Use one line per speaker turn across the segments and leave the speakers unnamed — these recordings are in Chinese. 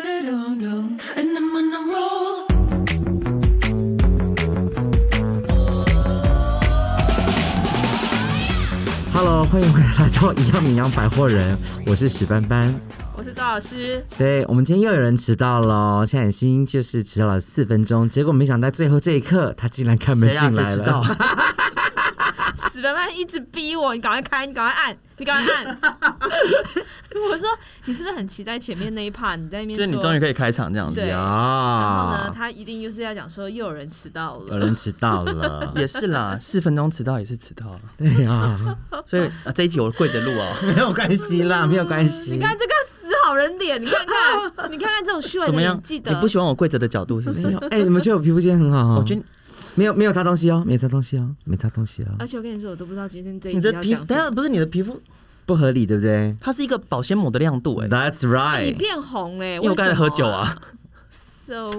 And I'm on a roll.
Hello，欢迎回来到一样米阳百货人，我是史斑斑。
我是高老师，
对我们今天又有人迟到了，现在已经就是迟到了四分钟，结果没想到最后这一刻他竟然开门
谁
进
让谁
来
知道
了。？
史班班一直逼我，你赶快开，你赶快按，你赶快按。 我说你是不是很期待前面那一 part？你在那边
就是
说，
你终于可以开场这样子，
对，然后呢，
啊，
他一定又是要讲说又有人迟到
有
了。
人迟到了
也是啦，四分钟迟到也是迟到了，
对啊，
所以、啊、这一集我跪着录哦。
没有关系
呃
啦，没有关系
嗯你。看这个死好人脸，你看看，你看看这种虚伪
怎
的
么样
脸，？记
你
得
不喜欢我跪着的角度是不
没
是
有？哎、你们觉得我皮肤今天很好、哦？
我觉得
没有没有擦东西哦，没擦东西哦，没擦东西哦
而，且我跟你说，我都不知道今天这一
你
集
的
要
皮肤，
讲
等一
什
下
么。
不是你的皮肤，
不合理对不对
它是一个保鲜膜的亮度哎、
？That's
你
right。
变红嘞、
因为我刚才
什么
喝酒。啊，
So，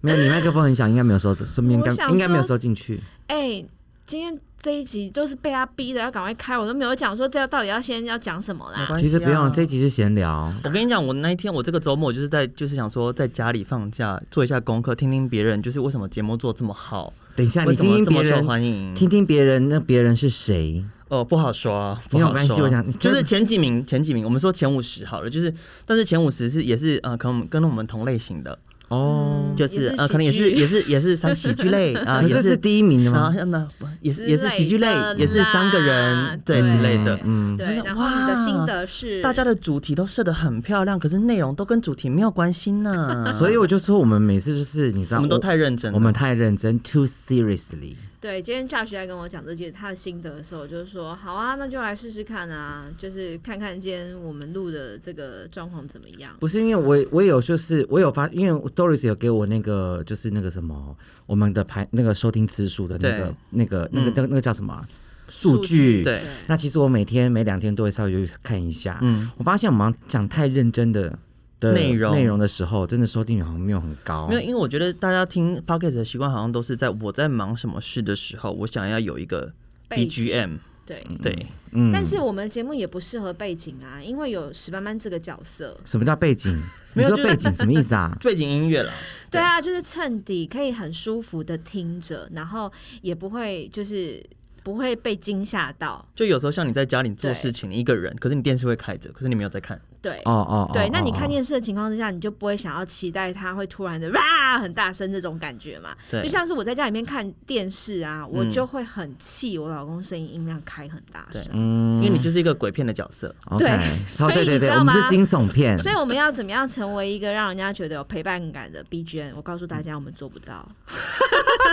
没有，你麦克风很小，应该没有收，顺便应
我想
该
说
应该没有收进去。
哎、今天这一集都是被他逼的，要赶快开，我都没有讲说这到底要先要讲什么啦
没。关系啊
其实不用，这一集是闲聊。
我跟你讲，我那一天我这个周末就是在就是想说在家里放假做一下功课，听听别人就是为什么节目做这么好，
等一下，
为
你
什
听
么
听
这
别
么受
人，
欢迎。
听听别人，那别人是谁？
哦，不好说啊，
没有
不好
关系
说
我想
就是前几名，前几名，我们说前五十好了，就是，但是前五十是也是呃，可能跟我们同类型的，
哦，
就
也
是
是
呃，可能也
喜剧
是也是也是三喜剧类啊，
可
也
是是第一名的
然
吗
后？那也是
之
也是喜剧类
类的，
也是
啦
三个人对
对
之类的。
嗯，
我
对，
想
然后你的
哇
心得是
大家的主题都设得很漂亮，可是内容都跟主题没有关系呢。
所以我就说我们每次就是你知道，
我们都太认真了，
我们太认真，too seriously。
对。今天 Josh 在跟我讲这些他的心得的时候，我就说好啊，那就来试试看啊，就是看看今天我们录的这个状况怎么样。
不是因为我我有就是我有发，因为 Doris 有给我那个就是那个什么我们的排那个收听次数的那个
对
那个那个
嗯
那个那个叫什么啊数据？
对
那其实我每天每两天都会稍微去看一下。
嗯，
我发现我们好像讲太认真的的
内容
内容的时候，真的收听率好像没有很高。
没有，因为我觉得大家听 podcast 的习惯好像都是在我在忙什么事的时候，我想要有一个
背景
BGM，
对，
对，
嗯
但是我们节目也不适合背景啊，因为有史班班这个角色。
什么叫背景？你
没有
说
就是
背景什么意思啊？
背景音乐啦。
对啊，就是衬底可以很舒服的听着，然后也不会就是不会被惊吓到。
就有时候像你在家里做
对
事情，你一个人，可是你电视会开着，可是你没有在看，
对，
哦哦，哦
对，那你看
哦
电视的情况之下，你就不会想要期待它会突然的哇很大声这种感觉嘛？
对
就像是我在家里面看电视啊，我
嗯
就会很气我老公声音音量开很大
对
声。
嗯
因为你就是一个鬼片的角色。
OK，
对
哦
所以
对对
你知
对，
道
我们是
吗
惊悚片，
所以我们要怎么样成为一个让人家觉得有陪伴感的 BGM？我告诉大家，我们做不到，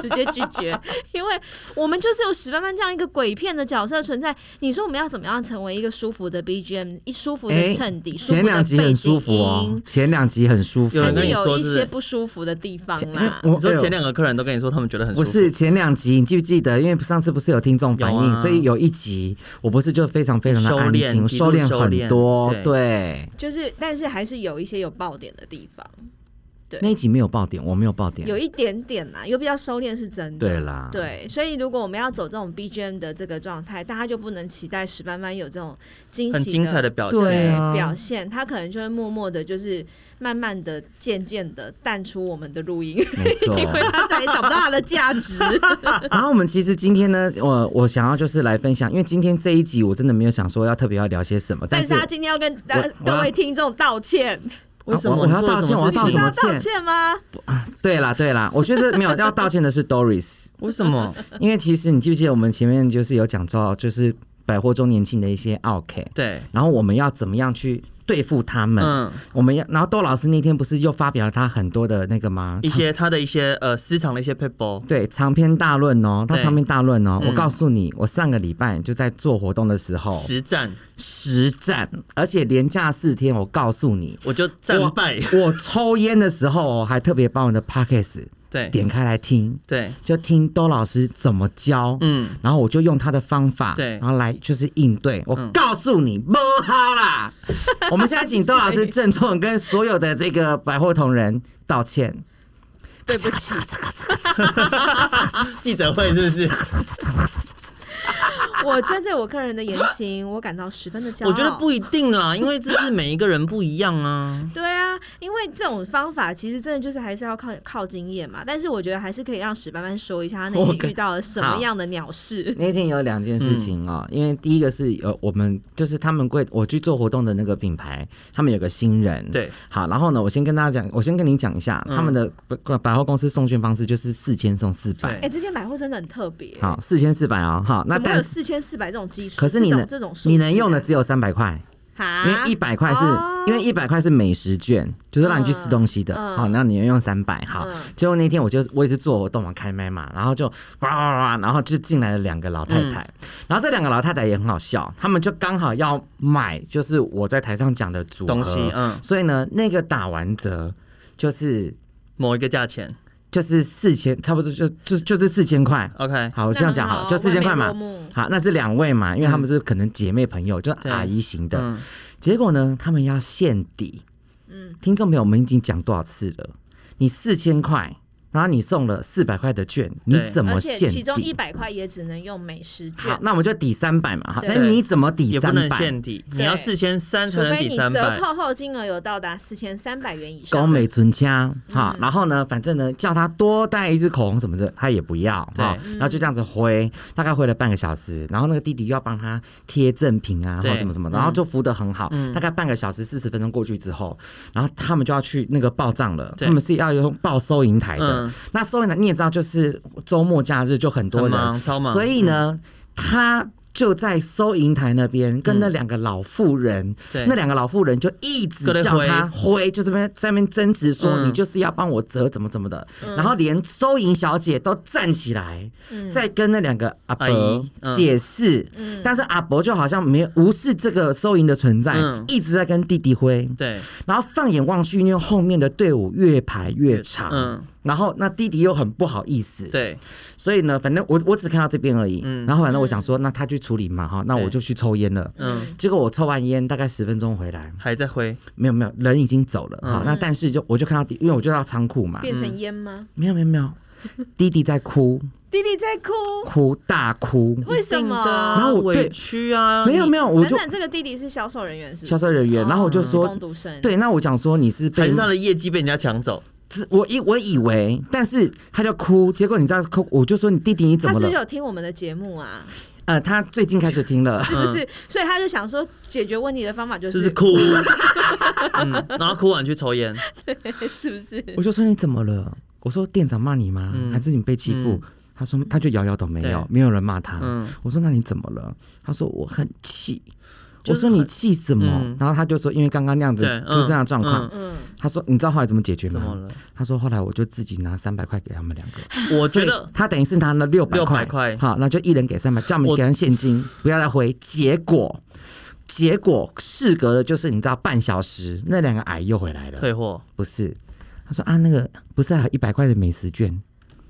直接拒绝，因为我们就是有史班班这样一个鬼片的角色存在。你说我们要怎么样成为一个舒服的 BGM，一舒服的
哎
衬底，舒服
前
的
两集
背
很舒
景
服哦
音，，
前两集很舒服
有
还
人跟
是
你
有
说
一
是
些不舒服的地方啦。
我
你说
哎呦
前两个客人都跟你说他们觉得很舒
不
服
是前两集，你记不记得？因为上次不是有听众反
有
映，
啊
所以有一集我不是就非常非常的
收
安
敛
静，
极
收
度
敛
收
很
敛
多，
对
对。
就是，但是还是有一些有爆点的地方，
嗯
对
那一集没有爆点，我没有爆点
有，一点点啦，又比较收敛是真的。
对啦，，
对，所以如果我们要走这种 BGM 的这个状态，大家就不能期待史班班有这种惊喜
很精彩
的
的表
对
现。
啊
表现，他可能就会默默的，就是慢慢的、渐渐的淡出我们的录音，
没错。啊
因为他再也找不到他的 价值。
然后我们其实今天呢，我我想要就是来分享，因为今天这一集我真的没有想说要特别要聊些什么，
但
但
是他今天要跟大
我我要
各位听众道歉，
为什么
啊我我要
你做了
道歉我要
什
道
么
不
事
什
是
情
么
要道歉吗？
对啦对啦，我觉得没有要道歉的是 Doris，
为什么？
因为其实你记不记得我们前面就是有讲到，就是百货周年庆的一些 OK，
对，
然后我们要怎么样去对付他们？
嗯，
我们要，然后窦老师那天不是又发表了他很多的那个吗？
一些他的一些呃私藏的一些 people，
对长篇大论哦，他
对
长篇大论哦，
嗯
我告诉你，我上个礼拜就在做活动的时候
实战，
实战，而且连假四天，我告诉你，
我就战败。
我抽烟的时候、哦、还特别把我的 pockets
对
点开来听，
对，
就听窦老师怎么教，
嗯，
然后我就用他的方法，
对
然后来就是应
嗯
对。我告诉你，不好 啦！我们现在请窦老师郑重跟所有的这个百货同仁道歉。
对不起，啊
记者会是不是？
我针对我个人的言行，我感到十分的骄傲。
我觉得不一 定啦，因为这是每一个人不一样啊。
对啊，因为这种方法其实真的就是还是要靠靠经验嘛。但是我觉得还是可以让史班班说一下他那
我
天
跟
遇到了什么样的鸟事。
那天有两件事情哦，因为第一个是呃，我们就是他们会我去做活动的那个品牌，他们有个新人，
对，
好，然后呢，我先跟大家讲，我先跟你讲一下、他们的百百货公司送券方式就是四千送四百
对，
哎、这间百货真的很特别，
好，四千四百哦，好，那
怎么会有
但
四千四百这种基数？
可是你
这
能
种这种数
你能
字
用的
啊
只有三百块，
哈
因为一百块是、
啊哦
因为一百块是美食券，就是让你去吃东西的。
嗯
好，那你要用三百。好
嗯，
结果那天我就我也是做活动嘛，开麦嘛，然后就哇哇哇，然后就进来了两个老太太，
嗯
然后这两个老太太也很好笑，他们就刚好要买，就是我在台上讲的组合
东西嗯
所以呢，那个打完折就是
某一个价钱
就是四千，差不多就就就是四千块。
，OK，
好，我这样讲好了，
哎那
就
很好
四千块
外
嘛
面落幕。嗯
好，那这两位嘛，因为他们是可能姐妹朋友，就是
对
阿姨型的。
嗯，
结果呢，他们要现底。嗯，听众朋友，我们已经讲多少次了？你四千块，然后你送了四百块的券，你
对
怎么
而且
现
其中一
底？
百块也只能用美食券
好，，那我们就抵三百嘛。好，那
对
你怎么抵
也不
三
能
百？
现抵，你要四千三才
除
能
非
抵
你
三
折
百。
扣后金额有到达四千三百元以
高
上。
美存枪，好，
嗯
然后呢，反正呢，叫他多带一支口红什么的，他也不要，
对嗯
哈，然后就这样子挥，大概挥了半个小时，然后那个弟弟又要帮他贴赠品啊，
对嗯
或什么什么，然后就服务的很好，大概半个小时四十分钟过去之后，然后他们就要去那个报账了，
对
他们是要用报收银台的
嗯，
那收银台你也知道，就是周末假日就很多
很忙
人，
超忙嗯
所以呢，他。就在收银台那边，跟那两个老妇人，
对
那两个老妇人就一直
各类
叫
回
他灰就这边在那边争执说
嗯
你就是要帮我折怎么怎么的，然后连收银小姐都站起来，在跟那两个阿
嗯阿
伯
姨嗯
解释，但是阿伯就好像没有无视这个收银的存在
嗯，
一直在跟弟弟挥。
对，
然后放眼望去，因为后面的队伍越排越长
嗯，
然后那弟弟又很不好意思，
对，
所以呢，反正我我只看到这边而已。
嗯
然后反正我想说，那他去处理嘛哈，那我就去抽烟了。
嗯，
结果我抽完烟大概十分钟回来，
还在挥，
没有没有，人已经走了。好，
嗯
那但是就我就看到弟，因为我就到仓库嘛，
变成烟吗？
没有没有没有，弟弟在哭
弟弟在哭，
哭大哭，
为什
一定的
么？
啊
然后我对
委屈啊，
没有没
有，
有，我就
等等，这个弟弟是销售人员，是不是
销售人员，然后我就
哦
说
工，读生，，
对，那我讲说你是
还
被
是他的业绩被人家抢走，
是我以我以为，但是他就哭，结果你知道哭，我就说你弟弟你怎
他
么
是不是
了？
有听我们的节目啊？
呃，他最近开始听了，
是不是？所以他就想说，解决问题的方法就
就是是哭， 嗯，然后哭完去抽烟，
是不是？
我就说你怎么了？我说店长骂你吗？
嗯
还是你被欺负
嗯？
他说他就摇摇头，没有
对，
没有人骂他。
嗯
我说那你怎么了？他说我很气。我
就是
说
很
你气什么？
嗯
然后他就说因为刚刚那样子
对，
就是这样的状况。
嗯
嗯，
他说你知道后来怎么解决
怎么
吗
了？
他说后来我就自己拿三百块给他们两个。
嗯我觉
所
得
以他等于是拿了六百
600块
好，那就一人给三百，叫我们
我
给他现金，不要再回。结果。结果事隔的就是你知道半小时，那两个阿姨又回来了。
退货，
不是，他说啊，那个不是还有一百块的美食券，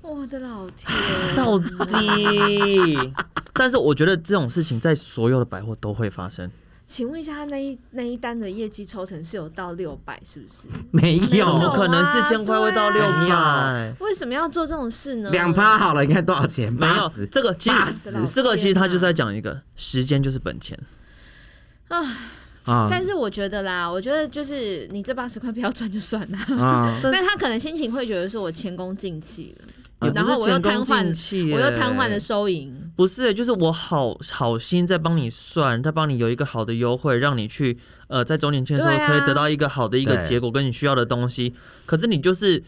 我的老天，
到底。 但是我觉得这种事情在所有的百货都会发生，
请问一下，他那一那一单的业绩抽成是有到六百，是不是？
没
没有
怎么
有
可能四千块会到六
对
啊
百？
为什么要做这种事呢？
两趴好了，你看多少钱？
没
八
有
十，
这个，其
八
实
十
这个其实他就在讲一个时间就是本钱，
啊
但是我觉得啦，我觉得就是你这八十块不要赚就算了，
啊！
但
但他可能心情会觉得说我前功尽弃了
也，
然后
不
我
是
又
前
瘫
功尽
痪，
弃耶，
我又瘫痪了收银，
不是，就是我好好心在帮你算，在帮你有一个好的优惠，让你去呃在周年庆的时候
对啊
可以得到一个好的一个
对
结果，跟你需要的东西。可是你就是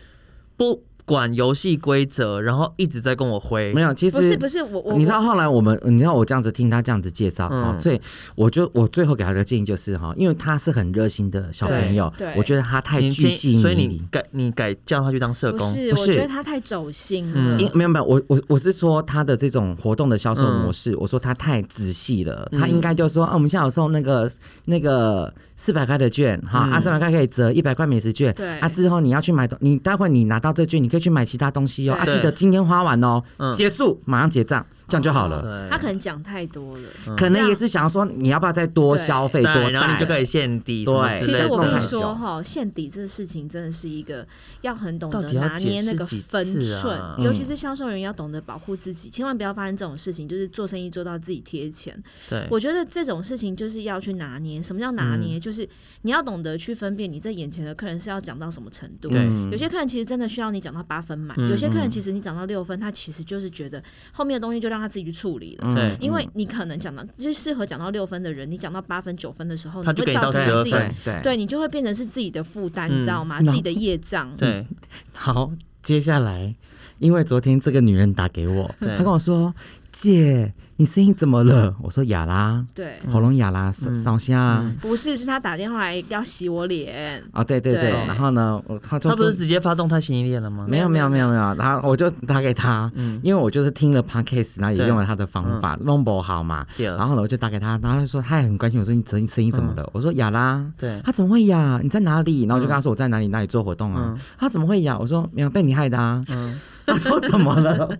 不管游戏规则，然后一直在跟我挥
没。有，其实
不是不是我我
你知道后来我们，你知道我这样子听他这样子介绍啊、
嗯
所以我就我最后给他的建议就是哈，因为他是很热心的小朋友
对，对
我觉得他太
你
巨
先
细腻，
所以你改你改叫他去当社
不
工，
是，
不
我
是嗯
觉得他太走心了。
嗯
因没有没有，我我我是说他的这种活动的销售
嗯
模式，我说他太仔细了，他应该就说啊，我们现在有送那个那个四百块的券哈，
嗯
啊三百块可以折一百块美食券，
对
啊之后你要去买东，你待会你拿到这券，你可以去买其他东西哦，啊
对
记得今天花完哦，
嗯
结束马上结账，这样就好了。
对，
他可能讲太多了。
嗯
可能也是想说，你要不要再多
对
消费多带
对，？然后你就可以限低
对
什么之
其
类
实
的
我跟
弄
你
太久
说哈，献底这事情真的是一个要很懂
到
得
底要
拿捏那个
解释几
分
次啊
寸，
嗯
尤其是销售人员要懂得保护自己，千万不要发生这种事情，就是做生意做到自己贴钱。
对，嗯
我觉得这种事情就是要去拿捏。什么叫拿捏？就是你要懂得去分辨你在眼前的客人是要讲到什么程度。
对
有些客人其实真的需要你讲到八分满，
嗯
有些客人其实你讲到六分，他其实就是觉得后面的东西就让他自己去处理了。
嗯
对
因为你可能讲到就适合讲到六分的人，你讲到八分九分的时候，
他就
会
给你
造
到
成
12
自己
分
对对
对你就会变成是自己的负担，
嗯
你知道吗？
那
自己的业障。
对，
嗯好，接下来，因为昨天这个女人打给我，
对
她跟我说：“姐，你声音怎么了？”我说：“哑啦，
对，
喉咙哑啦，烧烧瞎啦。
不是，是他打电话来要洗我脸。
啊，对对对，
对
然后呢，我她就
他不是直接发动他行李链了吗？
没有没有没有没有，嗯然后我就打给他，因为我就是听了 podcast，然后也
对
用了他的方法，弄不好嘛。
对
然后呢，我就打给他，然后他就说他也很关心我说你声声音怎么了？我说哑啦。
对
他怎么会哑？你在哪里？然后我就跟他说我在哪里哪里做活动啊
嗯。
他怎么会哑？我说没有被你害的啊。
嗯，
他说怎么了？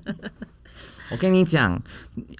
我跟你讲，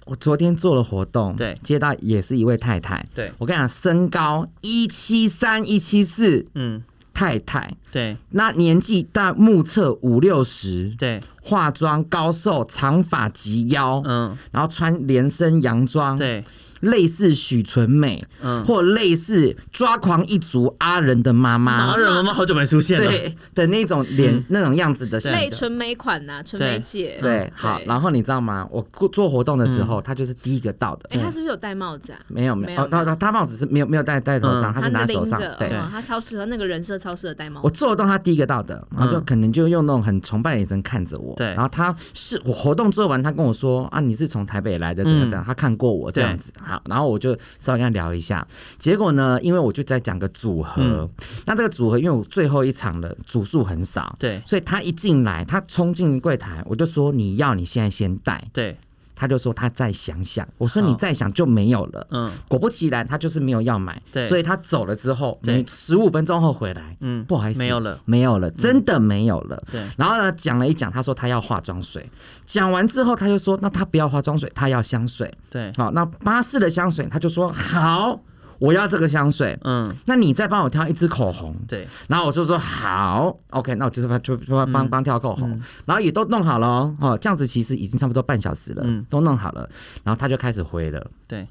我昨天做了活动，
对
接到也是一位太太，
对
我跟你讲，身高一七三一七四，
嗯，
太太，
对
那年纪大目测五六十，
对，
化妆高瘦，长发及腰，
嗯
然后穿连身洋装，，
对，
类似许纯美，
嗯
或类似抓狂一族阿仁的妈
马
妈，
尔妈妈好久没出现了，
对的那种脸、那种样子的型的，
类纯美款呐、纯美姐。
对，好，然后你知道吗？我过做活动的时候，他就是第一个到的
哎、。他是不是有戴帽子啊？
没有没
没
有，
有
哦，他他他帽子是没有没有戴戴头上，
嗯
他是拿
那
手
拎
上
着，。
对，
哦他超适合那个人设，超适合戴帽
我
子。
做活动他第一个到的，然后就
嗯
可能就用那种很崇拜的眼神看着我。
对
然后他是我活动做完，他跟我说啊，你是从台北来的，怎么怎样？他看过我这样子，好，然后我就稍微跟他聊一下。结果呢，因为我就在讲个组合，那这个组合因为我最后一场的组数很少，
对
所以他一进来，他冲进柜台，我就说你要你现在先带。
对，
他就说他再想想。我说
好
你再想就没有了。
嗯
果不其然，他就是没有要买，
对
所以他走了之后，
对
没十五分钟后回来，
嗯，
不好意思，
没有了，嗯
没有了，真的没有了。
对
然后呢，讲了一讲，他说他要化妆水，讲完之后他就说，那他不要化妆水，他要香水。
对，
好，那巴士的香水，他就说好，我要这个香水。
嗯
那你再帮我挑一支口红，
对，
然后我就说好，OK，那我就是帮就就帮
嗯
帮帮跳口红，然后也都弄好了哦，哦，这样子其实已经差不多半小时了，
嗯
都弄好了，然后他就开始回了，
对，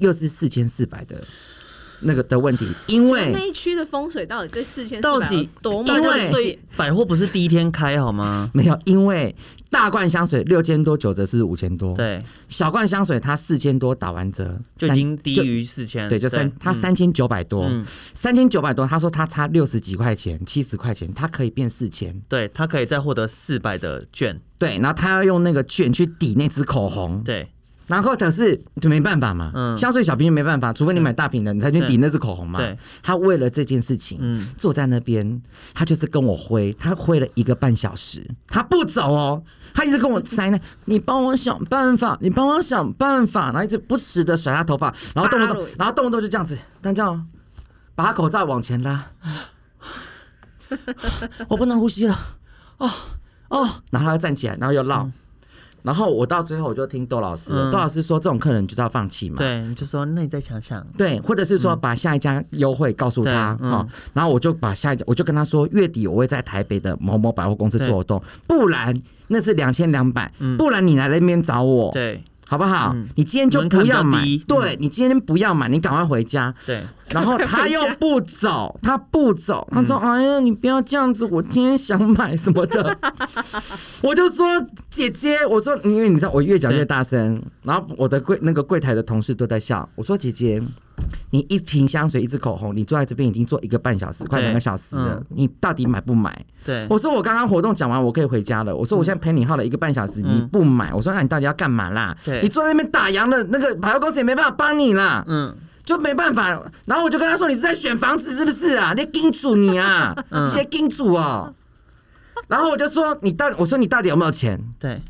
又是四千四百的那个的问题，因
请问那
为
一区的风水到底对四千
到底
多么
大
因
家
为
了
对
解？
百货不是第一天开好吗？
没有，因为大罐香水六千多，九折是五千多，，
对，
小罐香水它四千多打完折
就已
三
经低
就
于四千，
对，就三他三千九百多
嗯，
三千九百多，他说他差六十几块钱、七十块钱，他可以变四千，
对他可以再获得四百的券，
对，然后他要用那个券去抵那支口红，
对
然后可是就没办法嘛，
嗯
香水小瓶没办法，除非你买大瓶的，你才去抵那支口红嘛。
对，
他为了这件事情，
嗯
坐在那边，他就是跟我挥，他挥了一个半小时，他不走哦，他一直跟我塞呢，你帮我想办法，你帮我想办法，然后一直不时的甩他头发，然后动不
扒
动
了，
然后动不动就这样子，但这样把他口罩往前拉， 我不能呼吸了，哦哦，然后他又站起来，然后又绕。然后我到最后我就听窦老师了，
嗯
窦、老师说这种客人就是要放弃嘛，
对，你就说那你再想想，
对，或者是说把下一家优惠告诉他
嗯对嗯
哦，然后我就把下一家，我就跟他说月底我会在台北的某某百货公司
对嗯
做活动，不然那是两千两百，不然你来那边找我，
对
好不好？
嗯
你今天就
门槛
不要
比较
买
低，嗯
对你今天不要买，你赶快回家。
对，
然后他又不走，他不走，他说：“
嗯
哎呀，你不要这样子，我今天想买什么 的。”我就说：“姐姐，我说，因为你知道，我越讲越大声，然后我的柜那个柜台的同事都在笑。我说：‘姐姐，你一瓶香水，一支口红，你坐在这边已经坐一个半小时，快两个小时了，你到底买不买？’
嗯对
我说我刚刚活动讲完，我可以回家了。我说我现在陪你耗了一个半小时，你不买，我说那你到底要干嘛啦？
嗯对
你坐在那边打烊了，那个百货公司也没办法帮你啦。
嗯，
就没办法。然后我就跟他说：“你是在选房子是不是 啊？你金主你啊，
嗯
你些金主哦。”然后我就说：“你到，我说你到底有没有钱
对，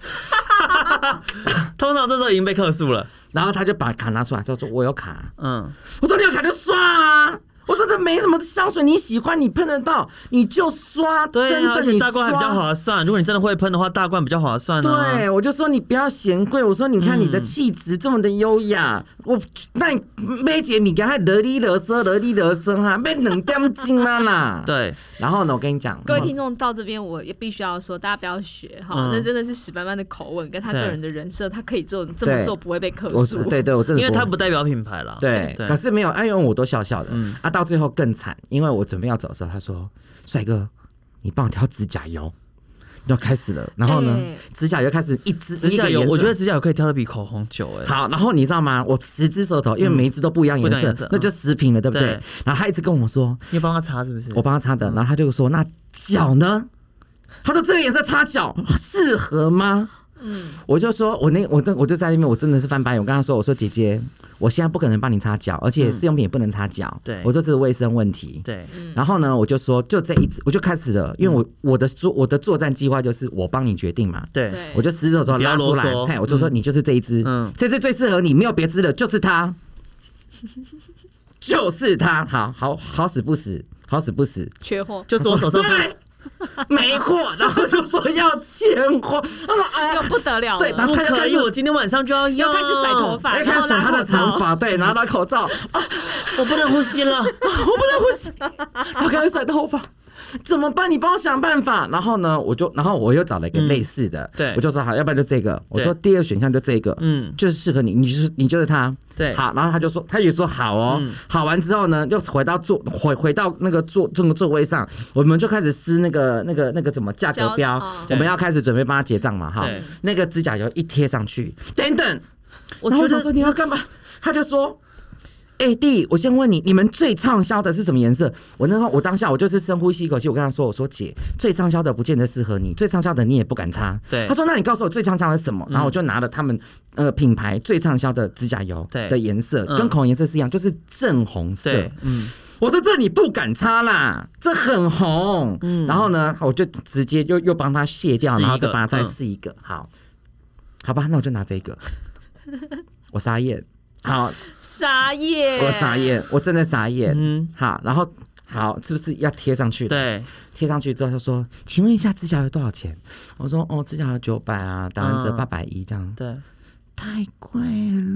通常这时候已经被克诉了，？”
然后他就把卡拿出来，他说：“我有卡。
嗯，”
我说：“你有卡就刷啊。”我真的没什么香水，你喜欢你喷得到你就刷，
对
真
啊，而
的
且
你
大罐还比较
刷。
划算。如果你真的会喷的话，大罐比较划算啊。
对，我就说你不要嫌贵。我说你看你的
嗯
气质这么的优雅，我那你买一个物件还啰里啰嗦，啰里啰嗦哈，啊买两点钟啊啦。，
对，
然后呢，我跟你讲，
各位听众到这边，我也必须要说，大家不要学哈，
嗯
那真的是史班班的口吻跟他个
对
人的人设，他可以做这么
对
做不会被克
我
诉。
对对，我真的
因为它
会
不代表品牌啦。
对，
对
可是没有，哎呦，我都笑笑的。
嗯
啊，到最后更惨，因为我准备要走的时候，他说：“帅哥，你帮我挑指甲油。”要开始了，然后呢，
哎
指甲油开始一支
指甲
一个
油，
颜色
我觉得指甲油可以挑的比口红久哎、
好，然后你知道吗？我十只舌头，因为每一只都不一样颜
嗯不一样
色，
颜色嗯
那就十瓶了，对不对？
对
然后他一直跟我说，
你有帮他擦是不是？
我帮他擦的，然后他就说：“那脚呢？”他说：“这个颜色擦脚适合吗？”嗯，我就说，我那我那我就在那边，我真的是翻白眼。我跟他说：“我说姐姐，我现在不可能帮你擦脚，而且试用品也不能擦脚。
嗯对
我说这是卫生问题。
对，
嗯
然后呢，我就说就这一支，我就开始了，因为我
嗯
我的作我的作战计划就是我帮你决定嘛。
对
对，
我就十手指头拉出
不
来
要啰，嗦
嘿，我就说你就是这一只，
嗯
这只最适合你，没有别只的，就是 它，就是它，好好好死不死，好死不死，
缺货，
就是我手上
对，没货，然后就说要欠货，他说啊
又，不得了
对然
了
后。
不
他就开
可
始
以，我今天晚上就要要
又开始甩头发
哎，开始甩他的长
然后拉口
发，对，然后拿口罩，啊，
我不能呼 吸了。
我不能呼 吸，然后开始甩头发。怎么办？你帮我想办法。然后呢，我就，然后我又找了一个类似的，
对
我就说好，要不然就这个。我
对
说第二个选项就这个，
嗯，
就是适合你，你就是你就是他，
对嗯
好，然后他就说，他也说好哦，好完之后呢，又回到座回回到那个座这个座位上，我们就开始撕那个那个那个什么价格
交
标
哦，
我们要开始准备帮他结账嘛，哈
对，
那个指甲油一贴上去，等等，
我
然后
觉
我想
得
说你要干嘛，他就说。哎、弟，我先问你，你们最畅销的是什么颜色？我那时候，我当下我就是深呼吸一口气，我跟他说，我说姐，最畅销的不见得适合你，最畅销的你也不敢擦。
对嗯
他说那你告诉我最畅销的是什么？然后我就拿了他们呃品牌最畅销的指甲油
对
的颜色，
嗯
跟口红颜色是一样，就是正红色。
对，嗯，
我说这你不敢擦啦，这很红。然后呢，我就直接又又帮他卸掉，
嗯试一个
然后再帮他再
嗯
试一个。好，好吧，那我就拿这个。我傻眼，好，
傻眼，
我傻，眼，我真的傻眼。
嗯
好，然后好，是不是要贴上去？，
对，
贴上去之后他说：“请问一下指甲油多少钱？”我说：“哦，指甲油九百啊，打完折
嗯
八百一这样。
对，
太贵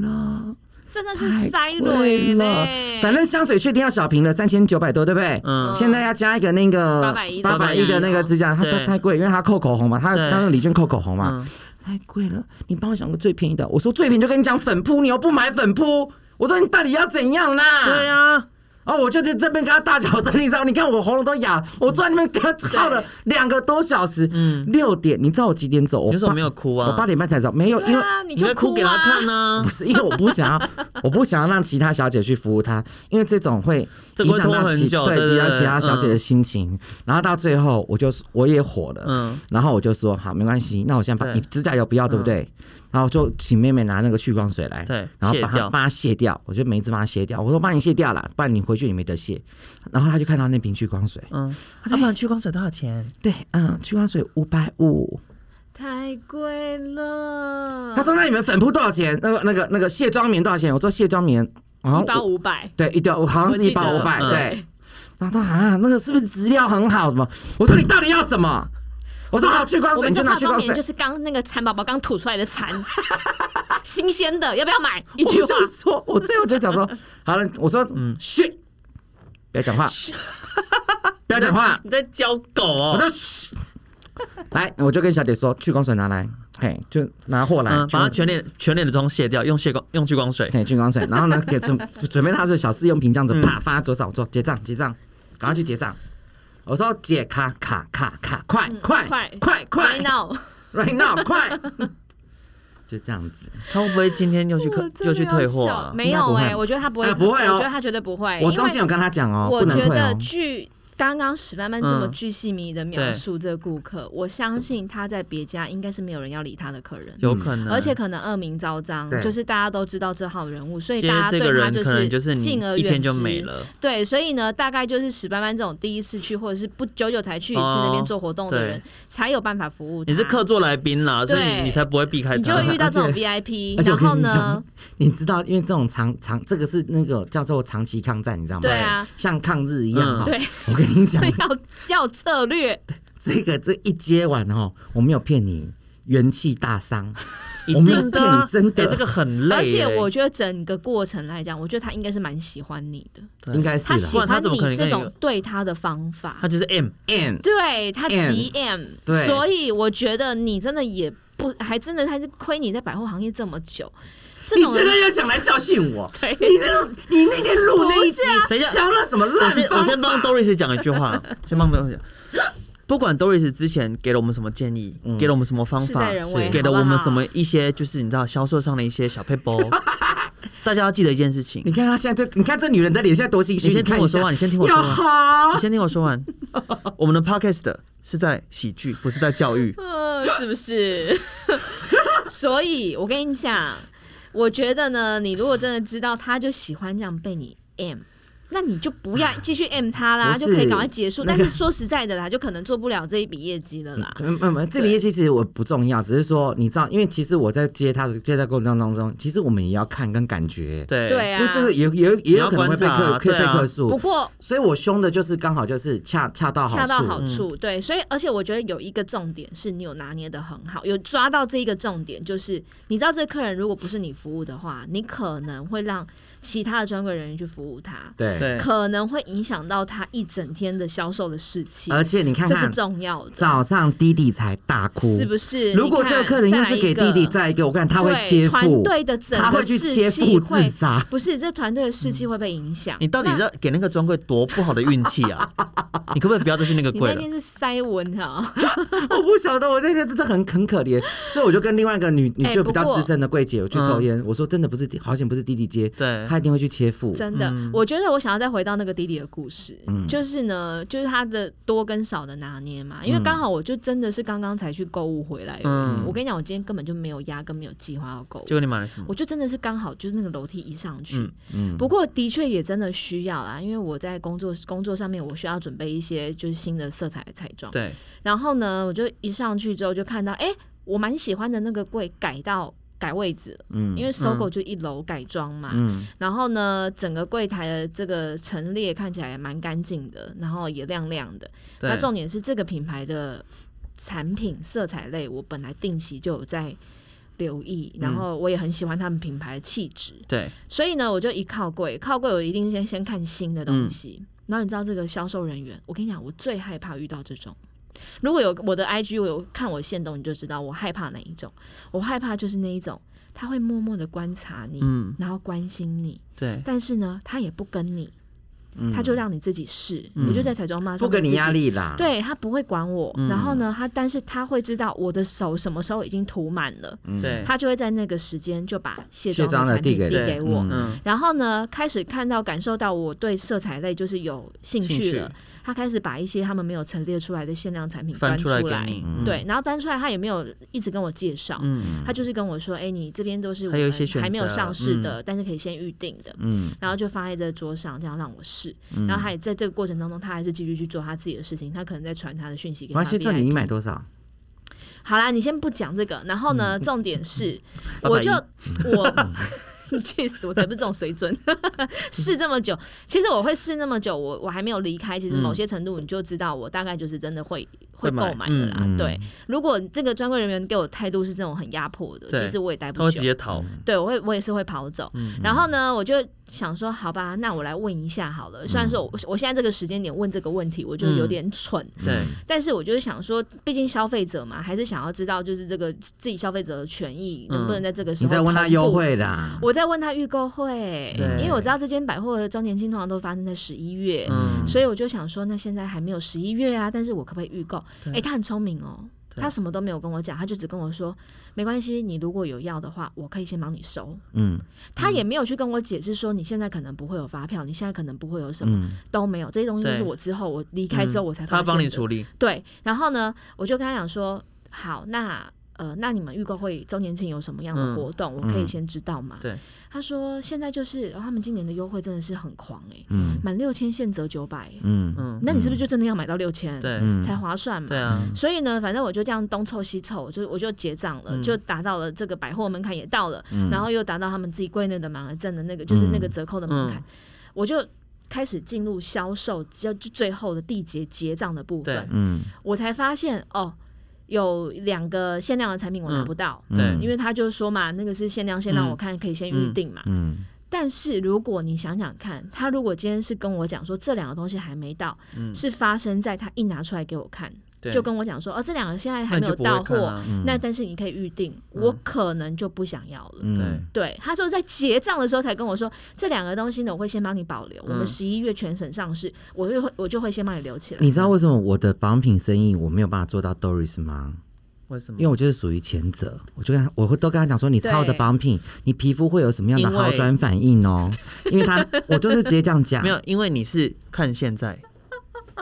了，
真的
太
是塞
贵
瑞
了。
呢。
反正香水确定要小瓶了，三千九百多，对不对？
嗯
现在要加一个那个
810
八百一的那个指甲，它
对
它太贵，因为它扣口红嘛，它
对
它用礼券扣口红嘛，
嗯，
太贵了。你帮我想个最便宜的，我说最便宜就跟你讲粉扑，你又不买粉扑，我说你到底要怎样啦？
对啊，
哦，我就在这边跟他大小声，你知道？你看我喉咙都哑，我坐在那边跟他耗了两个多小时。嗯
嗯，
六点，你知道我几点走？我
你为什么
八
没有哭
我
啊？
八点半才走，没有，因
对
为
啊，你
你会
就
哭给
啊
他看呢
不？是因为我不想要， 我不想要让其他小姐去服务他，因为这种会
这
影
个会
响
拖
到
很
其
久对
影
对
响
对
其他小姐的
嗯
心情。然后到最后，我就我也火了，
嗯，
然后我就说好，没关系，那我先把
对
你指甲油不要，对不对？然后就请妹妹拿那个去光水来，
对
然后
卸
把它
掉
把它卸掉，我就每一只把它卸掉，我说帮你卸掉了，不然你回去你没得卸。然后他就看到那瓶去光水，
嗯，要不然去光水多少啊钱？
对，嗯，去光水五百五。
太贵了。
他说那你们粉扑多少钱？那个那个那个卸妆棉多少钱？我说卸妆棉好像
一包五百，
对，一包好像是一包五
我记嗯
百，
得
对。然后他说啊，那个是不是质量很好？什么？我说你到底要什么？我说好，去光
我
水，
们
你
这
就拿
化
去
妆
光
棉
水
就。是刚那个蚕宝宝刚吐出来 的蚕，新鲜的，要不要买？一
我
句话，
就说，我最后就讲说，好了，我说，嗯，嘘，不要讲话，不要讲话，
你在教狗
我
哦？
说嘘。来，我就跟小姐说，去光水拿来，嘿，就拿货来，
嗯，
去
把
光
它全脸全脸的妆卸掉，用卸光用去光水。
嘿，去光水，然后呢，给准准备他的小试用品，这
嗯
样子啪发左手，我说结账结账，赶快去结账。我说姐，卡卡卡卡，快快
嗯快
快快
Right now，
right now，快！就这样子，
他会不会今天又去
哦
客又去退货啊？
没有
应该不会
哎，我觉得他不
哎
会，
不会哦
我觉得他绝对不会，
我
因
中
为
啊
间有跟他讲哦，
我
不能
觉
退
得
哦。
据刚刚史慢慢这么
嗯
巨细靡遗的描述这个顾客，我相信他在别家应该是没有人要理他的客人，
有可能，
而且可能恶名昭彰
对，
就是大家都知道这号人物，所以
接
大家
这个
对他
人可能就是你
敬而
一天
远
就
之。啊
没了，
对，所以呢，大概就是史班班这种第一次去或者是不久久才去一次那边
哦
做活动的人，
对
才有办法服务他。
你是客座来宾啦，所以
对
你你才不会避开
你就会
他。
遇到这 种
而且
VIP，
而且我
然
跟
后
你
呢
讲，，你知道，因为这种长长，这个是那个叫做长期抗战，你知道吗？
对啊，
像抗日一样
嗯啊
哈。
对，
我跟你讲，
要要策略，
这个这一接完哦，我没有骗你，元气大伤。
一
我没有
定的啊，
骗你真的
哎这个很累欸。
而且我觉得整个过程来讲，我觉得他应该是蛮喜欢你的，
对
应该是
他
啦
喜
不然他
欢
怎么可能
你这
跟
种
一
对他的方法
他，就是 M，
And
对他
M，
极 M，
对
所以我觉得你真的也不，还真的还是亏你在百货行业这么久，这
你
种
现
人
在又想来教训 我？
对
你那个你那天录那一集
啊等一下，
教了什么
我
烂
先我
方
先帮
法
Doris 讲一句 话，先帮 Doris 讲。不管 Doris 之前给了我们什么建议，
嗯
给了我们什么方
事
法
在，人为，
给了
好不
我们
好
什么一些，就是你知道销售上的一些小 p a 大家要记得一件事情，
你看他现在，你看这女人的脸现在多心虚。
你先听我说
话，
完，你先听我说
哟
完，
呵
你先听我说完。我们的 podcast 是在喜剧，不是在教 育。
呃，是不是？ 所以我跟你讲，我觉得呢，你如果真的知道他就喜欢这样被你 M。那你就不
啊
要继续 M 他啦，
不是
就可以赶快结束。
那个
但是说实在的啦，就可能做不了这一笔业绩了 啦。
嗯嗯嗯，这个业绩其实我不重要，只是说你知道，因为其实我在接他的接待过程当中，其实我们也要看跟感觉，
对
对
因
啊
为，这个也也也有可能会被
你要
客
观察
可以被
对啊
客
不
诉，
过
所以我凶的就是刚好就是恰恰到好
恰
处，嗯
到好处，对。所以，而且我觉得有一个重点是你有拿捏的很好，有抓到这一个重点，就是你知道这个客人如果不是你服务的话，你可能会让其他的专柜人员去服务他。
对。
对，
可能会影响到他一整天的销售的士气，
而且你看
这是
看，
重要的，
早上弟弟才大哭，
是不是？
如果
你
这
看
个客人要是给弟弟
再
再一个，我看他
来一
会
个
切
对团
腹，
队的整
他
个
会去切
士
腹
气
自嗯
会，
杀。
不是这团队的士气会被影响。
你到底
那
要给那个专柜多不好的运气 啊？你可不可以不要再去那个
你
柜
那
了？
天是塞文啊哈？
我不晓得，我那天真的很很可怜，所以我就跟另外一个女女
哎
就比较
不过
资深的柜姐，我去抽
嗯
烟，我说真的不是弟，好险不是弟弟接，
对
他一定会去切腹。
嗯真的，
嗯
我觉得我想要再回到那个弟弟的故事，就是呢，就是他的多跟少的拿捏嘛。因为刚好我就真的是刚刚才去购物回来而已，
嗯
我跟你讲，我今天根本就没有压根没有计划要购物
结。果你买了什么
我？就真的是刚好就是那个楼梯一上去，
嗯
嗯
不过的确也真的需要啦，因为我在工作工作上面我需要准备一些就是新的色彩的彩妆，
对，
然后呢，我就一上去之后就看到，哎、我蛮喜欢的那个柜改到。改位置了，
嗯
因为搜狗就一楼改装嘛，
嗯，
然后呢，整个柜台的这个陈列看起来也蛮干净的，然后也亮亮的。
对
那重点是这个品牌的产品色彩类，我本来定期就有在留意，
嗯
然后我也很喜欢他们品牌的气质，
对，
所以呢，我就一靠柜，靠柜我一定先先看新的
嗯
东西。然后你知道这个销售人员，我跟你讲，我最害怕遇到这种。如果有我的 IG，我有看我线动，你就知道我害怕哪一种。我害怕就是那一种，他会默默的观察你，
嗯，
然后关心你，
对，
但是呢，他也不跟你，他就让你自己试。
嗯
我就在彩妆妈
嗯不给你压，力啊啦。，
对他不会管我。
嗯
然后呢，他但是他会知道我的手什么时候已经涂满了，
对，
他就会在那个时间就把卸
卸
妆
妆
的
了
产品
递给
递
人
给我。
嗯
嗯，
然后呢，开始看到感受到我对色彩类就是有兴
兴
趣
趣
了，他开始把一些他们没有陈列出来的限量产品
翻
出
出来给你，嗯，
对，然后端出来，他也没有一直跟我介绍，
嗯，
他就是跟我说：“哎、你这边都是我
还有一
们
些选择嗯
还没有上市的，但是可以先预定的。”
嗯，
然后就放在这桌上，这样让我试。
嗯
然后他也在这个过程当中，他还是继续去做他自己的事情。他可能在传他的讯息给
没
他
关系，
的
这里你
VIP。
买多少？
好啦，你先不讲这个。然后呢，
嗯
重点 是，
810
我就我去死，我 才不是这种水准。 试这么久，其实我会试那么久，我我还没有离开。其实某些程度你就知道，我大概就是真的会会
嗯会买
购买的啦。
嗯嗯
对，如果这个专柜人员给我态度是这种很压迫的，
对
其实我也待
嗯他
不
会
久
直。接嗯逃，
对，我会我也是会跑走。然后呢，我就想说，好吧，那我来问一下好了。虽然说我我现在这个时间点问这个问题，我就有点蠢，
对，
但是我就是想说，毕竟消费者嘛，还是想要知道就是这个自己消费者的权益能不能在这个
嗯
时
你
候、
在问他优。惠啦。
我在问他预购会，
对
因为我知道这间百货的周年庆通常都发生在十一月，
嗯，
所以我就想说，那现在还没有十一月啊，但是我可不可以预购？哎、他很聪明哦，他什么都没有跟我讲，他就只跟我说没关系，你如果有要的话，我可以先帮你收。
嗯
他也没有去跟我解释说你现在可能不会有发票，你现在可能不会有什么，
嗯，
都没有。这些东西就是
对
我之后我离开之后我才发
他
现的、
帮你处理，
对，然后呢，我就跟他讲说，好，那呃，那你们预购会周年庆有什么样的活动，我可以
嗯
先知道嘛？
对，
他说现在就是、哦他们今年的优惠真的是很狂哎、
嗯
满六千现折九百、
嗯
嗯，
那你是不是就真的要买到六千、
对，
嗯
才划算嘛？
对啊，
所以呢，反正我就这样东凑西凑，就我就结账了，
嗯
就达到了这个百货门槛也到了，
嗯
然后又达到他们自己柜内的满额赠的那个，就是
嗯
那个折扣的门槛，我就开始进入销售，就就最后的缔结结账的部
对
分，
嗯
我才发现哦，有两个限量的产品我拿不到，
嗯
对
因为他就说嘛，那个是限量，限量，
嗯
我看可以先预定嘛。
嗯
但是如果你想想看，他如果今天是跟我讲说这两个东西还没到，
嗯
是发生在他一拿出来给我看，
对，
就跟我讲说哦，这两个现在
那
还
你
没有
就不
到
会看
货，
啊，嗯
嗯
那但是你可以预定，我可能就不想要了。
嗯
对
对，他说在结账的时候才跟我说，这两个东西呢，我会先帮你保留，我们
嗯
十一月全省上市，我就会我就会先帮你留起来。
你知道为什么我的保养品生意我没有办法做到 Doris 吗？
为什么？
因为我就是属于前者，我就跟他，我会都跟他讲说，你擦我的
对
保养品，你皮肤会有什么样的
因为
好转反应哦？因为他， 我就是直接这样讲，
没有，因为你是看现在，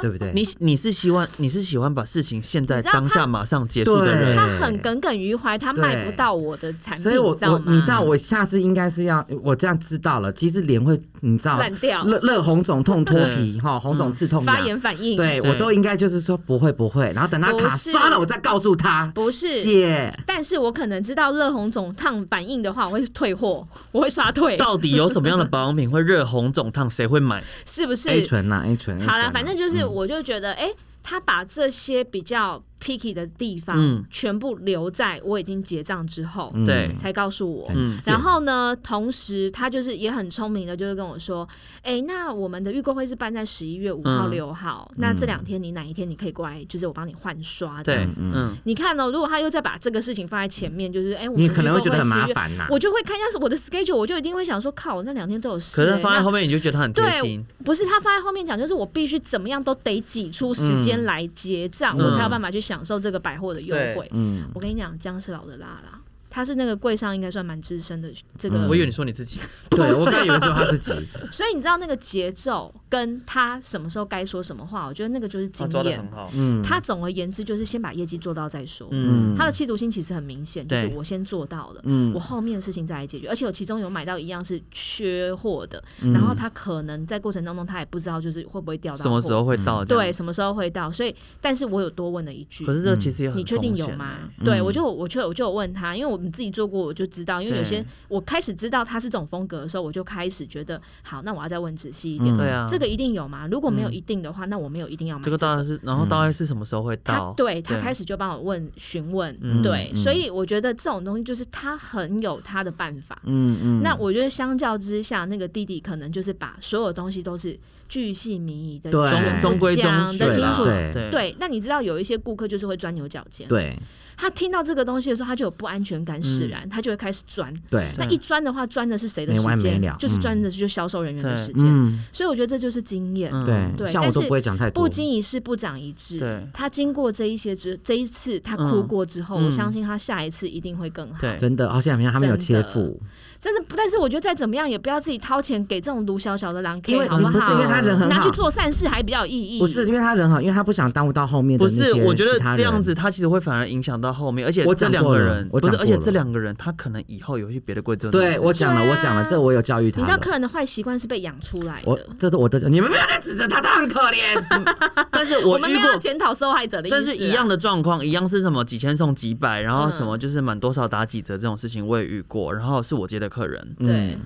对不对？
你你是希望你是喜欢把事情现在
你知道他
当下马上结束的人，
他很耿耿于怀，他卖不到我的产品，
嗯所以我
你知道
我
吗？
你知道我下次应该是要我这样知道了，其实脸会你知道
烂掉嗯
热热红肿痛脱皮哈，红肿刺痛
发
痒
炎反应，
对
对
我都应该就是说不会不会，然后等他卡
不是
刷了，我再告诉他。
不是？
姐，
但是我可能知道热红肿烫反应的话，我会 退货，我会刷退，
到底有什么样的保养品会热红肿烫，谁会买？
是不是
A 醇呐 A 醇，A
好
醇
啦，
啊
反正就是，我就觉得，哎、他把这些比较 picky 的地方，
嗯
全部留在我已经结账之后，
嗯
对嗯
才告诉我。
很贱
然后呢，同时他就是也很聪明的，就是跟我说，哎、那我们的预购会是办在十一月五号、
嗯
六号，那这两天你哪一天你可以过来，就是我帮你换刷这
对
样，子。
嗯，
你看哦，如果他又再把这个事情放在前面，就是哎、我
你
们
可能
预
会
购
觉得很麻
10月
烦呐。
啊
我就会看一下是我的 schedule，我就一定会想说，靠，我那两天都有事、
可是
哎
他放在
那
后面你就觉得他很贴心，
不是他放在后面讲，就是我必须怎么样都得挤出时间来结账，
嗯
我才有办法去享受这个百货的优惠。
嗯，
我跟你讲，姜是老的辣啦，他是那个柜上应该算蛮资深的这个，
嗯我以为你说你自己，
对我刚才以为说他自己，
所以你知道那个节奏跟他什么时候该说什么话，我觉得那个就是
他
经
哦抓的
验
很。好，
嗯，
他总而言之就是先把业绩做到再说。
嗯，
他的企图心其实很明显，就
对
是我先做到了，
嗯
我后面的事情再来解决。而且我其中有买到一样是缺货的，然后他可能在过程当中他也不知道就是会不会掉到
嗯什么
货
时候会到？这样
对，，什么时候会到？所以，但是我有多问了一句
可，是这其实也
嗯
很
你确定有
风险
吗
欸？？
对我就我就我就有问他，因为我们自己做过，我就知道，因为有些
对
我开始知道他是这种风格的时候，我就开始觉得，好，那我要再问仔细一点，
对啊，
这个一定有吗？如果没有一定的话，那我没有一定要买
嗯这个大概是，然后大
嗯
概是什么时候会
他
到？
嗯对他
对
开始就帮我问询问，
嗯
对，
嗯
所以我觉得这种东西就是他很有他的办法。
嗯嗯，
那我觉得相较之下，那个弟弟可能就是把所有东西都是巨细靡遗的
对
中中规中
讲
矩
的
对
清
啦
楚，
对
对
对，那你知道有一些顾客就是会钻牛角尖，
对
他听到这个东西的时候，他就有不安全感使然，他就会开始钻。
嗯对，
那一钻的话，钻的是谁的
没
时
完
间
没了？
就是
嗯
钻的就是销售人员的
对
时间。
嗯，
所以我觉得这就是经验，
嗯
对，
对
像我
但
都
是
不会讲太多，
不经一事不长一智
对。
他经过这一些之这一次，他哭过之后，
嗯
我相信他下一次一定会更好。
对，
真的，而且好像他们有
真的
切腹，
真的，但是我觉得再怎么样也不要自己掏钱给这种卢小小的狼 K，
因为
好不
你
好？
不是因为他人很
拿
好
去，做善事还比较有意义。
不是因为他人好，因为他不想耽误到后面的
不
那些
是，我觉得
其他
这样
人
子，他其实会反而影响到后面，而且
我
这
讲
两
过
个
了
人
我
不是，
讲
而且
过
这
了
两个人他可能以后有去别的贵州，
对我讲了，
对啊
我讲了，这我有教育他
你
了。
知道客人的坏习惯是被养出来
我
的。嗯
这是我的，你们不要再指责他，他很可 怜。
但是我
们
遇
没有要
过，
检讨受害者的意思、啊，嗯
但是一样的状况，一样是什么几千送几百，然后什么就是满多少打几折这种事情我也遇过，然后是我接的客人，
对，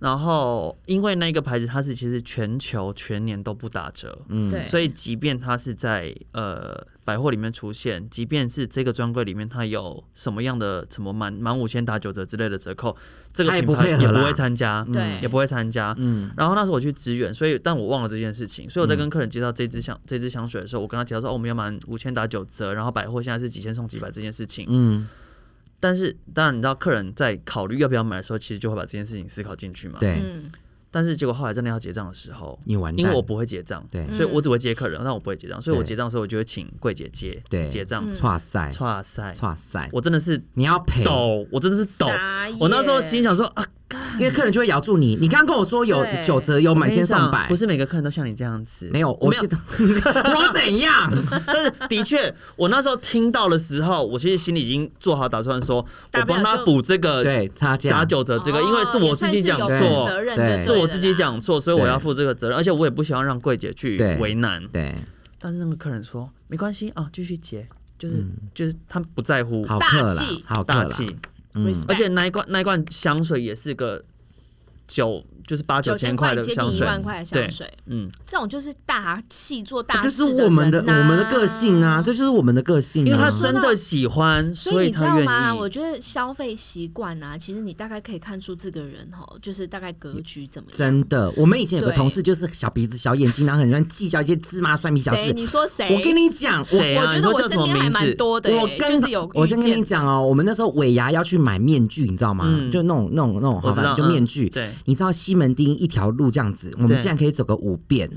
然后因为那个牌子它是其实全球全年都不打折，
嗯
对
所以即便它是在呃百货里面出现，即便是这个专柜里面它有什么样的什么满满五千打九折之类的折扣，这个
它也
品
不
牌
配合
也不
啦
会参加，嗯
对
也不会参加。
嗯
然后那时候我去支援，所以但我忘了这件事情，所以我在跟客人介绍这支香、这支香水的时候，我跟他提到说，哦，我们要满五千打九折，然后百货现在是几千送几百这件事情。
嗯，
但是当然，你知道客人在考虑要不要买的时候，其实就会把这件事情思考进去嘛。。
对，
嗯，
但是结果后来真的要结账的时候，
你完蛋
因为我不会结账，
对
所以我只会接客人，但我不会结账，所以我
对
结账的时候，我就会请柜姐结
对
结
嗯
账。
哇塞，
哇塞，
哇塞，
我真的是
你要赔，
抖，我真的是抖
傻眼。
我那时候心想说啊，
因为客人就会咬住你。你刚刚跟我说有
对
九折，有满
我跟
千
你讲
上百，
啊不是每个客人都像你这样子，
没有，我
没有
记得 我怎 样？
但是 的确，我那时候听到的时候，我其实心里已经做好打算说，
大
我
不了
帮他
就
补这个
对，哦差价
打九折这个，
哦
因为是我自己讲
也算是有
对
错
责，任
对
就对
是我自己
了啦，
讲错，所以我要负这个责任，而且我也不希望让柜姐去
对
为难。
对，
但是那个客人说没关系啊，继续结，就是、就是他不在乎，
好客
大
啦
气，
好客
大
啦，
气，
嗯
Respect
而且那一罐那一罐香水也是个九，就是八九
九
千
千
块
块
的
接
香
近一
水，
万块的
对啊
香，水，
嗯，
这种就是大气做大
这
事
是我们的我
人呐
们的个性啊，这就是我们的个性啊。
因为他真的喜欢，
所
所
以
以
你知道
他愿
吗？我
意。
觉得消费习惯啊，其实你大概可以看出这个人哈，就是大概
嗯
格局怎么样。
真的，我们以前有个
对
同事就是小鼻子小眼睛，然后很喜欢计较一些芝麻蒜皮小
谁？
事。
你说谁？
我跟你讲，我
谁啊
我觉
你
得
说
我
叫什
身
么
边还
名字
蛮多的、
我
欸，
跟
就是有遇见。
我先跟你讲哦，我们那时候尾牙要去买面具，你知道吗？
嗯
就那种那种那种，
我
好
知道
吧，就
嗯
面具。
对
你知道西门町一条路这样子，我们
对
竟然可以走个五遍。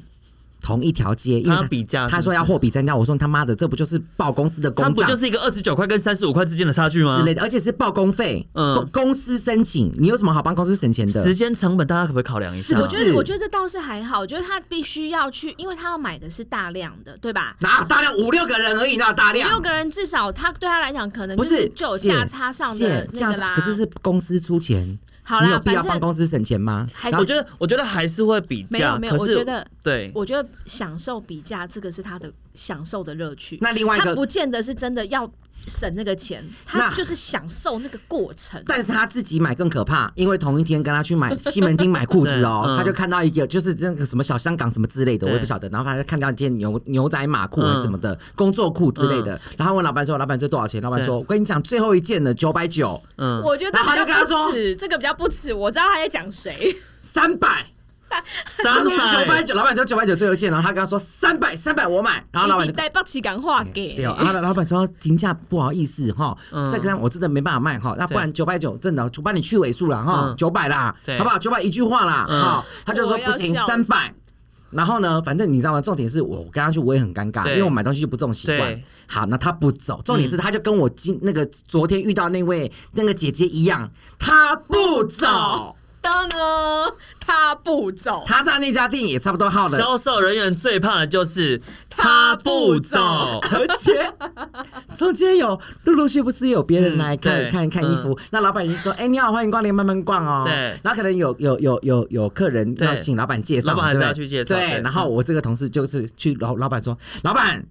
同一条街，因为
他比价
他
是不
说
是
要货比三家，我说他妈的，这不就是报公司的
他
公
不
账
就是一个二十九块跟三十五块之间的差距吗
之？类的，而且是报公费，
嗯
嗯，公司申请，你有什么好帮公司省钱的
时？间成本大家可不可以考量一
是
下
不？
我
是
觉得，我觉得这倒是还好。我觉得他必须要去，因为他要买的是大量的，对吧？
哪有大量五六个人而已，哪有大量？
六个人至少他对他来讲，可能
不
就是就有
姐
价差上
姐
的
这
那
样
个
子
啦。
可是是公司出钱，
好
你有
啦，
必要
反
帮
正
公司省钱吗？
还
然
是
后
我觉得，我觉得还是会比
没
价，
有没有，
可
我
是
觉得
对，
我觉得享受比价这个是他的享受的乐趣。
那另外一
他
个
不，见得是真的要省那个钱，
那
他就是享受那个过程。
但是他自己买更可怕，因为同一天跟他去 买西门町买裤子哦，
对嗯
他就看到一个就是那个什么小香港什么之类的，
对嗯
我也不晓得，然后他就看到一件牛牛仔马裤啊还是什么的、工作裤之类的，然后问老板说：“老板这多少钱？”老板说：“我跟你讲，最后一件了，九百九，
嗯，
我觉得
然后他就
这个
跟他
比
说
较不耻，这个比较不耻。我知道他在讲谁，
三百。”他
三
说九百
百
九，老板说九百九最后一件，然后他跟他说三百，三百我买，然后老板
你
就
在北起港话给
对，哦然后老板说评价不好意思哈，
嗯
这个让我真的没办法卖哈，那不然九百九真的我帮你去尾数了哈
嗯，
九百啦
对，
好不好？九百一句话啦，
嗯
哈，他就说
我要
不行，
笑
三
死
百。然后呢，反正你知道吗？重点是我跟他去，我也很尴尬，
对
因为我买东西就不这种习惯
对。嗯
好，那他不走，重点是他就跟我今那个昨天遇到那位那个姐姐一样，他不
哦
走，
的呢，他不走，
他在那家店也差不多耗了
销售人员最怕的就是
他
不
不
走
走，
而且中间有陆陆续不是有别人来
嗯
看、
对
看看衣服，那老板已经说：“哎、你好，欢迎光临，慢慢逛哦。”
对
然后可能有有有有有客人
对
要请老板介绍，
老板还
对
是
不对
要去介绍
对，
对
然后我这个同事就是去老老板说：“老板，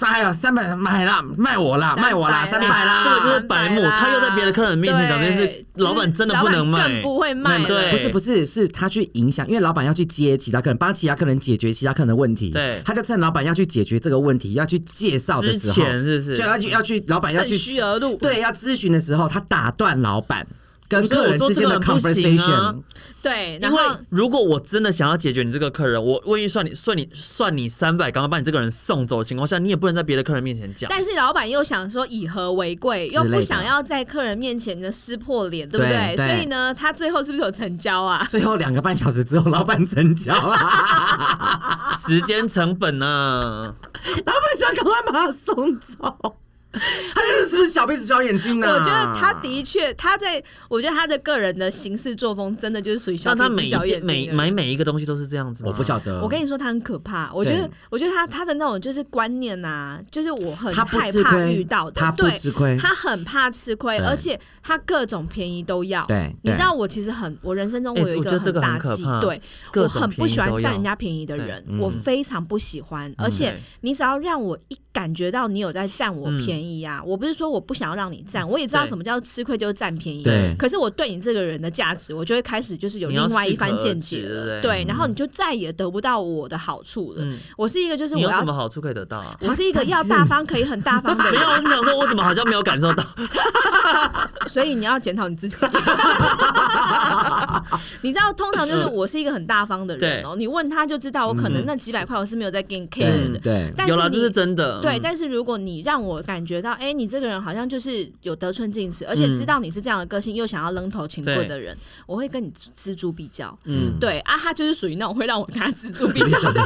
哎呀，三百买啦，卖我啦，
300
卖我啦，三百
这个
啦。
就是白目，
300啦
他又在别的客人面前讲这件事
对，
老板真的不能
老板
卖，
更不会卖了
对，
不是不是，是他去影响，因为老板要去接其他客人，帮其他客人解决其他客人的问题。
对
他就趁老板要去解决这个问题，要去介绍的
之
时候，
前是不是
就要去要去老板要
趁
去
虚而入。，
对，要咨询的时候，他打断老板跟
所以
客
我
人
说
之
这
间
个
的
很不行啊
conversation。
对，
因
然
为
后
如果我真的想要解决你这个客人，我愿意算你算你算你三百，赶快把你这个人送走的情况下，你也不能在别的客人面前讲。
但是老板又想说以和为贵，
之
又
类的
不想要在客人面前呢撕破脸，对不
对对
所以呢，他最后是不是有成交 啊？
最后两个半小时之后，老板成 交了，老
时间成 本呢、
板想赶快把他送走。他就是是不是小鼻子小眼睛呢、啊
我觉得他的确，他在我觉得他的个人的行事作风真的就是属于小
但他
鼻
每
子
一
小眼睛
件每
的
买每一个东西都是这样子吗？
我不晓得。
我跟你说，他很可怕。我觉得
对，
我觉得他他的那种就是观念呐、就是我很
他不
害
吃
怕
亏
遇到的，
他不
对
吃亏
他很怕吃亏，
对
而且他各种便宜都要。
对
你
对
知道我其实很，我人生中
哎
我有一
我觉得这
很
个
大
很可
忌，
怕
对
各
我
种
很不喜欢
便宜都要
占人家便宜的
对嗯
人，我非常不喜欢。而且
对
你只要让我一感觉到你有在占我
嗯
便宜啊，我不是说我不想要让你占，我也知道
对
什么叫吃亏就是占便宜，
对
可是我对你这个人的价值，我就会开始就是有
你要
另外一番
适可而
见解
止对不
了，对，
对
然后你就再也得不到我的好处了。
嗯
我是一个就是
你
我
有
要
什么，好处可以得到啊？
我是一个要大方可以很大 方的
没
人
有，，我只想说，我怎么好像没有感受到？
所以你要检讨你自己。 你知道，通常就是我是一个很大方的人哦、你问他就知道，我可能那几百块我是没有在给你 care 的。
对，
但
嗯有
是
啦，这
你
是真的。
对，
嗯
但是如果你让我感觉到，哎、你这个人好像就是有得寸进
嗯
尺，而且知道你是这样的个性，又想要扔头擒棍的人，我会跟你锱铢必较。
嗯，
对啊，他就是属于那种会让我跟他锱铢必 较 的人，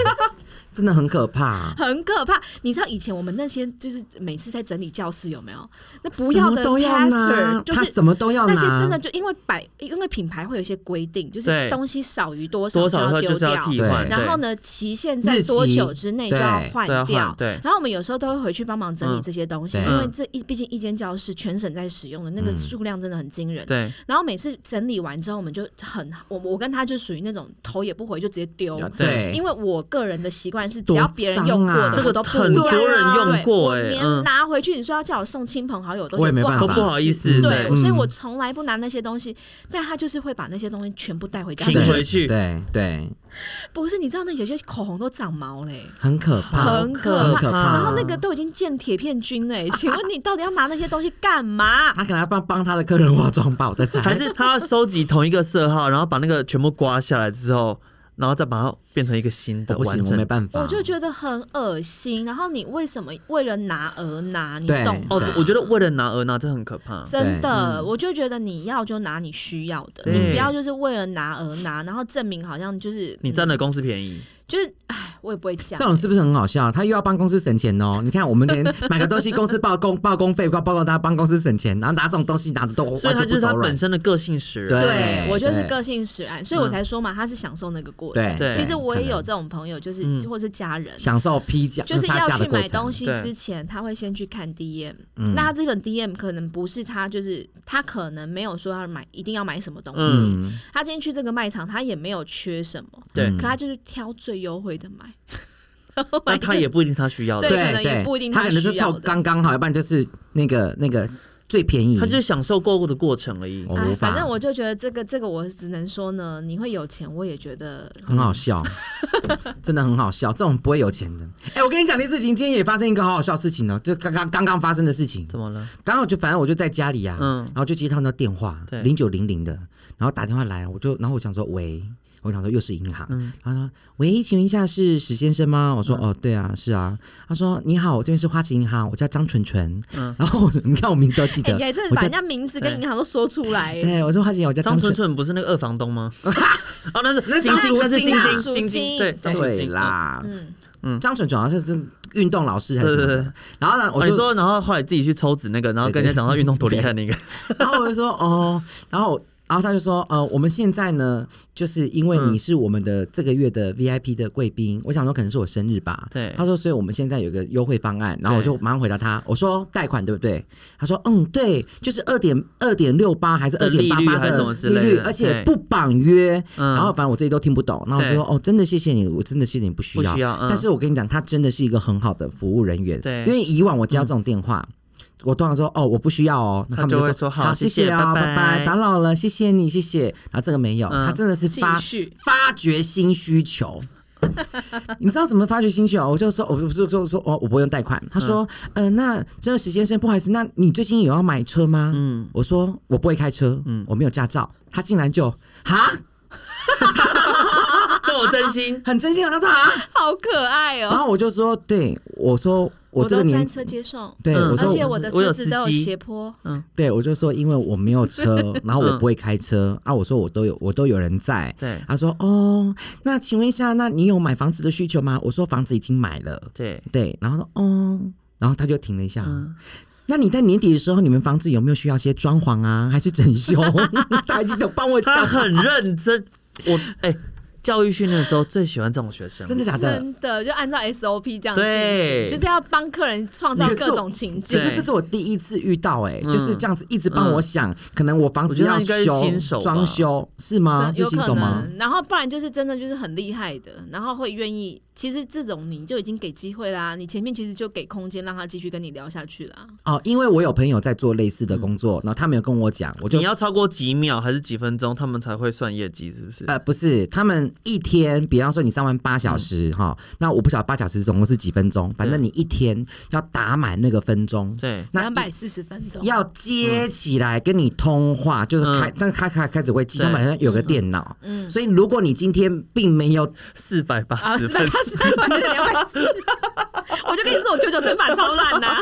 真的很可怕。
很可怕。你知道以前我们那些就是每次在整理教室有没有？那不
什
要
么
的
都要
tester
拿，
就
他
是
什么都要拿，
啊
那些真的就因为百，因为品牌会有一些规定，就是
对
东西少于多少
多
就
少的时候
丢
就是要
掉。
替换，
对
然后呢，期限在多久之内就要换
对对要
掉
换？对
然后我们有时候都会回去帮忙整理
嗯嗯
这些东西，
对
因为这一毕竟一间教室全省在使用的那个数量真的很惊人。
对
然后每次整理完之后，我们就很我我跟他就属于那种头也不回就直接丢。
啊
对，
因
为
为我个人的习惯是，只
多
要别人用过
脏啊
的，我都不
这个很
要
多人用
对
过
我
哎
连
嗯
拿回去，你说要叫我送亲朋好友，都
我也没
觉得不
办
好
法
都不好意思，
对，
嗯
所以我从来不拿那些东西，但他就是会把那些东西全部带回家。
拼回去
对对，
不是，你知道那有些口红都长毛嘞、
很可怕，
很可
很可怕
怕。然后那个都已经见铁片军嘞、 请问你到底要拿那些东西干嘛？
他可能要帮帮他的客人化妆吧，我在猜。
还是他要收集同一个色号，然后把那个全部刮下来之后，然后再把它变成一个新
我
的
不行
完，
我没
整。
办法。
我就觉得很恶心。然后你为什么为了拿而拿？你
对啊
懂吗？
哦，我觉得为了拿而拿，这很可怕。
真的，我就觉得你要就拿你需要的，
对
你不要就是为了拿而拿，然后证明好像就是嗯
你占了公司便宜，
就是，哎，我也不会讲
这。种是不是很好笑？啊他又要帮公司省钱哦。你看，我们连 买个东西，公司报工报工费，报告他帮公司省钱，然后拿这种东西拿的都
所
完
以他
全
就
不
是他
手软
本。身的个性使然。
对
对
我觉得
对嗯
是个性使然，所以我才说嘛，他是享受那个过
对
程。
对
其实我也有
可能
这种朋友，就是
嗯
或是家人。
享受批价，
就是
杀
要
价的
去
过
买
程
东西
对
之前，他会先去看 DM。那
嗯
他这本 DM 可能不是他，就是他可能没有说要买，一定要买什么东西。
嗯，
嗯，
他今天去这个卖场，他也没有缺什么，
对
可他就是挑最优惠的买。
那他也不一定是他需要的
对，可
对
能
对
也，不一定
他
他
可能是
需要
凑
的
刚刚好，要不然就是那个那个最便宜。
他就是享受购物的过程而已。
我
哎
无法，
反正我就觉得这个这个，我只能说呢，你会有钱，我也觉得
很好笑，真的很好笑。这种不会有钱的。哎、我跟你讲件事情，今天也发生一个好好笑的事情哦，就刚刚刚刚发生的事情。
怎么了？
刚好就反正我就在家里啊，
嗯
然后就接到那电话，
对
零九零零的，然后打电话来，我就然后我想说喂，我想说又是银行，
嗯
然后他说喂，请问一下是史先生吗？我说、哦对啊是啊，他说你好，我这边是花旗银行，我叫张纯纯，
嗯
然后我你看我名字都记
哎、
得，
你还真的
我叫
把人家名字跟银行都说出来、哎
对，我说花旗银行，我叫
张
张纯
纯纯不是那个二房 东吗？哦，那是
那
金
张
金，
淑
那是
晶
金
啊
淑
金
晶
金金，对，张淑
对
晶。
啦，
嗯
嗯，张纯纯好像是运动老师还是
对
什
对
么
对
的，，然后呢，我
哦
就
你说，然后后来自己去抽脂那个，然后跟人家讲到运动多厉 害那个，
然后我就 说哦，然后然后他就说呃，我们现在呢，就是因为
嗯
你是我们的这个月的 VIP 的贵宾，我想说可能是我生日吧。
对
他说，所以我们现在有个优惠方案，然后我就
对
马上回答他，我说贷款对不对？他说嗯对，就是二点二点六八还是二
的利
点
率
八八
还是什
的
么之
利
类
率，
的
而且
对
不绑约。
嗯
然后反正我自己都听不懂，然后我就说哦，真的谢谢你，我真的谢谢你，不需
不需要嗯
但是我跟你讲，他真的是一个很好的服务人员，
对嗯
因为以往我接到这种电话。我通常说哦，我不需要哦，那
他
他们
就会
说
说
好，
好
谢
谢
谢
谢
哦，
拜
拜拜，
拜
打扰了，谢谢你，谢谢。然后这个没有，
嗯
他真的是
继
发
续
发掘新需 求。你知道怎么发掘新需求？我就说，我不是就说，哦，我不用贷
嗯
款。他说，呃，那真的石先生，不好意思，那你最近有要买车吗？
嗯，
我说我不会开车，嗯
嗯，
我没有驾照。他竟然就哈，
这我真 心。
很真心啊的，他说哈，
好可爱哦、
然后我就说，对，我说我这个
都
年
专，车接送，
对，
嗯
我
而
说
且
我
我的
我有
车子
司
都有
机
斜坡，
对，我就说因为我没有车，然后我不会开车啊，我说我都有，我都有人在。
嗯对
他说哦，那请问一下，那你有买房子的需求吗？我说房子已经买了，
对，
对，然后说哦，然后他就停了一下。
嗯
那你在年底的时候，你们房子有没有需要一些装潢啊，还是整 修？他已经都帮我想
他
好，
很认真。我哎，教育训练的时候最喜欢这种学生，
真的假的？
真的就按照 SOP 这样进行，
对
就是要帮客人创造
可是
各
我
种情
其
境。
实这是我第一次遇到、哎、就是这样子一直帮我想，可能我房子
嗯我觉得
要
他应该是新
修
手吧
装修是吗？
真
啊是
有
新
可
手吗？
能，然后不然就是真的就是很厉害的，然后会愿意其实这种你就已经给机会啦，你前面其实就给空间让他继续跟你聊下去啦。
哦，因为我有朋友在做类似的工作，然后他没有跟我讲，我就
嗯你要超过几秒还是几分钟，他们才会算业绩，是不是？
呃，不是，他们一天，比方说你上班八
嗯
小时哈、那我不晓得八小时总共是几分钟，反正你一天要打满那个分钟，
对，嗯
那
两百四十分钟，
要接起来跟你通话，就是开，但开开开始会记，
对嗯
他们好像有个电脑，所以如果你今天并没有，
四百八
啊，
十
四百
分。
八十 分钟两百四，我就跟你说，我九九乘法超烂啊呐、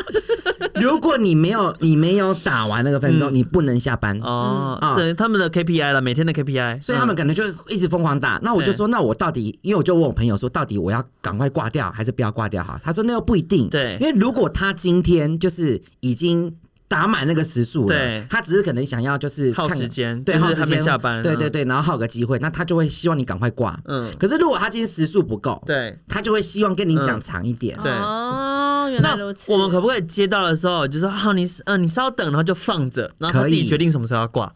如果你没有你没有打完那个分
嗯
钟，你不能下班。
哦
嗯啊，
等于他们的 KPI 了，每天的 KPI，
所以他们可能就一直疯狂打，那我就说，那我到底，因为我就问我朋友说，到底我要赶快挂掉还是不要挂掉哈？他说那又不一定，
对
因为如果他今天就是已经打满那个时速了，
对
他只是可能想要就是
耗
看
时间
对，
就是
耗时
还没
间
下班
对
嗯
对对，然后耗个机会，那他就会希望你赶快挂，
嗯，
可是如果他今天时速不够，，
对。
他就会希望跟你讲
嗯
长一点。
对
哦，原来
那
如此。
我们可不可以接到的时候就说好，你嗯、呃你稍等，然后就放着，然后他
可
自
以
己决定什么时候要挂。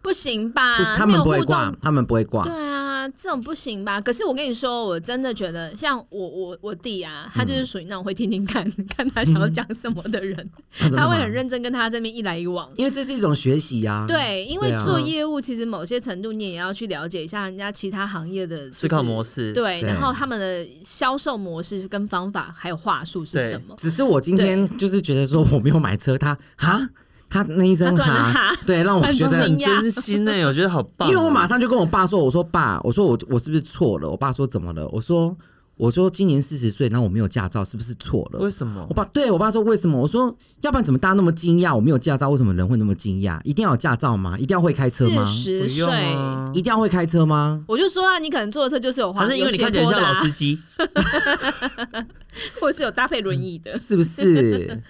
不行吧？
不是，他们不
啊没
会
有互动
挂，他们不会挂
对。啊，这种不行吧？可是我跟你说，我真的觉得，像我我我弟啊，他就是属于那种会听听看、 看他想要讲什么的人，
真
嗯
的
他会
吗
很认真跟他这边一来一往。
因为这是一种学习呀、啊。
对，因为
对啊
做业务，其实某些程度你也要去了解一下人家其他行业的、就是
思考模式
对，
对
然后他们的销售模式跟方法还有话术是
对
什么？
只是我今天就是觉得说我没有买车，他哈，他那一声
他突然
哈
哈，
对，让我觉
很
得
惊
很
讶
真 心呢、我觉得好棒
因
哦。
为我马上就跟我爸说，我说爸，我说我我是不是错了？我爸说怎么了？我说我说今年四十岁，然后我没有驾照，是不是错了
为？什么
我？爸对我爸说为什么？我说要不然怎么大家那么惊讶？我没有驾照，为什么人会那么惊讶？一定要有驾照吗？一定要会开车吗
四？十
不
岁
用，啊，
一定要会开车吗？
我就说啊，你可能坐的车就是有滑
好像因为你看起来
有斜
像
坡的
老
啊
司机，
或者是有搭配轮椅的。
是不 是？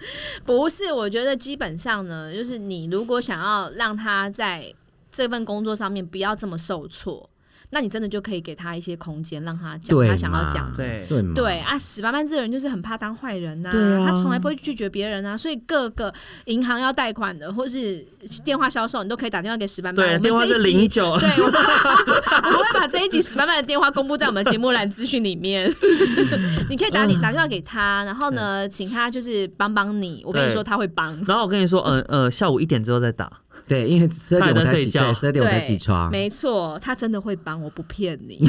不是，我觉得基本上呢，就是你如果想要让他在这份工作上面不要这么受挫，那你真的就可以给他一些空间，让他讲
对
他想要
嘛
讲的。
对
对嘛
对啊，史班班这个人就是很怕当坏人呐、
对啊
他从来不会拒绝别人啊，所以各个银行要贷款的，或是电话销售，你都可以打电话给史班班。
对，
我们
电话
这
是
一集
零九，
对，我们我们会把这一集史班班的电话公布在我们的节目栏资讯里面。 你可以
嗯
打你打电话给他，然后呢，请他就是帮帮你。我跟你
对
说，他会帮。
然后我跟你说，嗯呃，下午一点之后再打，
对，因为十二点我
他还在
才
睡
起，
觉
对，十二点我才起床。
没错，他真的会帮，我不骗 你。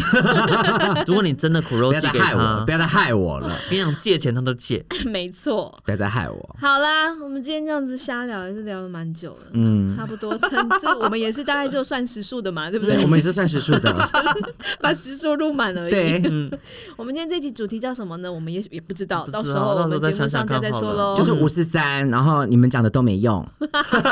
如果你真的苦肉
不要
计
再
给
害我！
他
不，要再害我了！
跟你讲借钱他都借，
没错。
不要再害我！
好啦，我们今天这样子瞎聊也是聊了蛮久了，
嗯，
差不多撑。这我们也是大概就算时数的嘛，对不对？
对，我们也是算时数的。
把时数录满而已。
对，
我们今天这集主题叫什么呢？我们也也不知道，
不知道
到时候我
到时
们
候再
节目上
想想看
再
好
说
了
喽。
就是五十三，然后你们讲的都没用，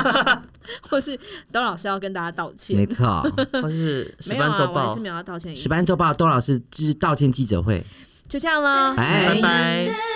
或是董老师要跟大家道歉。
没错。
或是 十
没有
班
啊，
周
我还
报
是，没有要道歉的意思。
十班周报，窦老师之道歉记者会，
就这样了，
拜
拜拜。
Day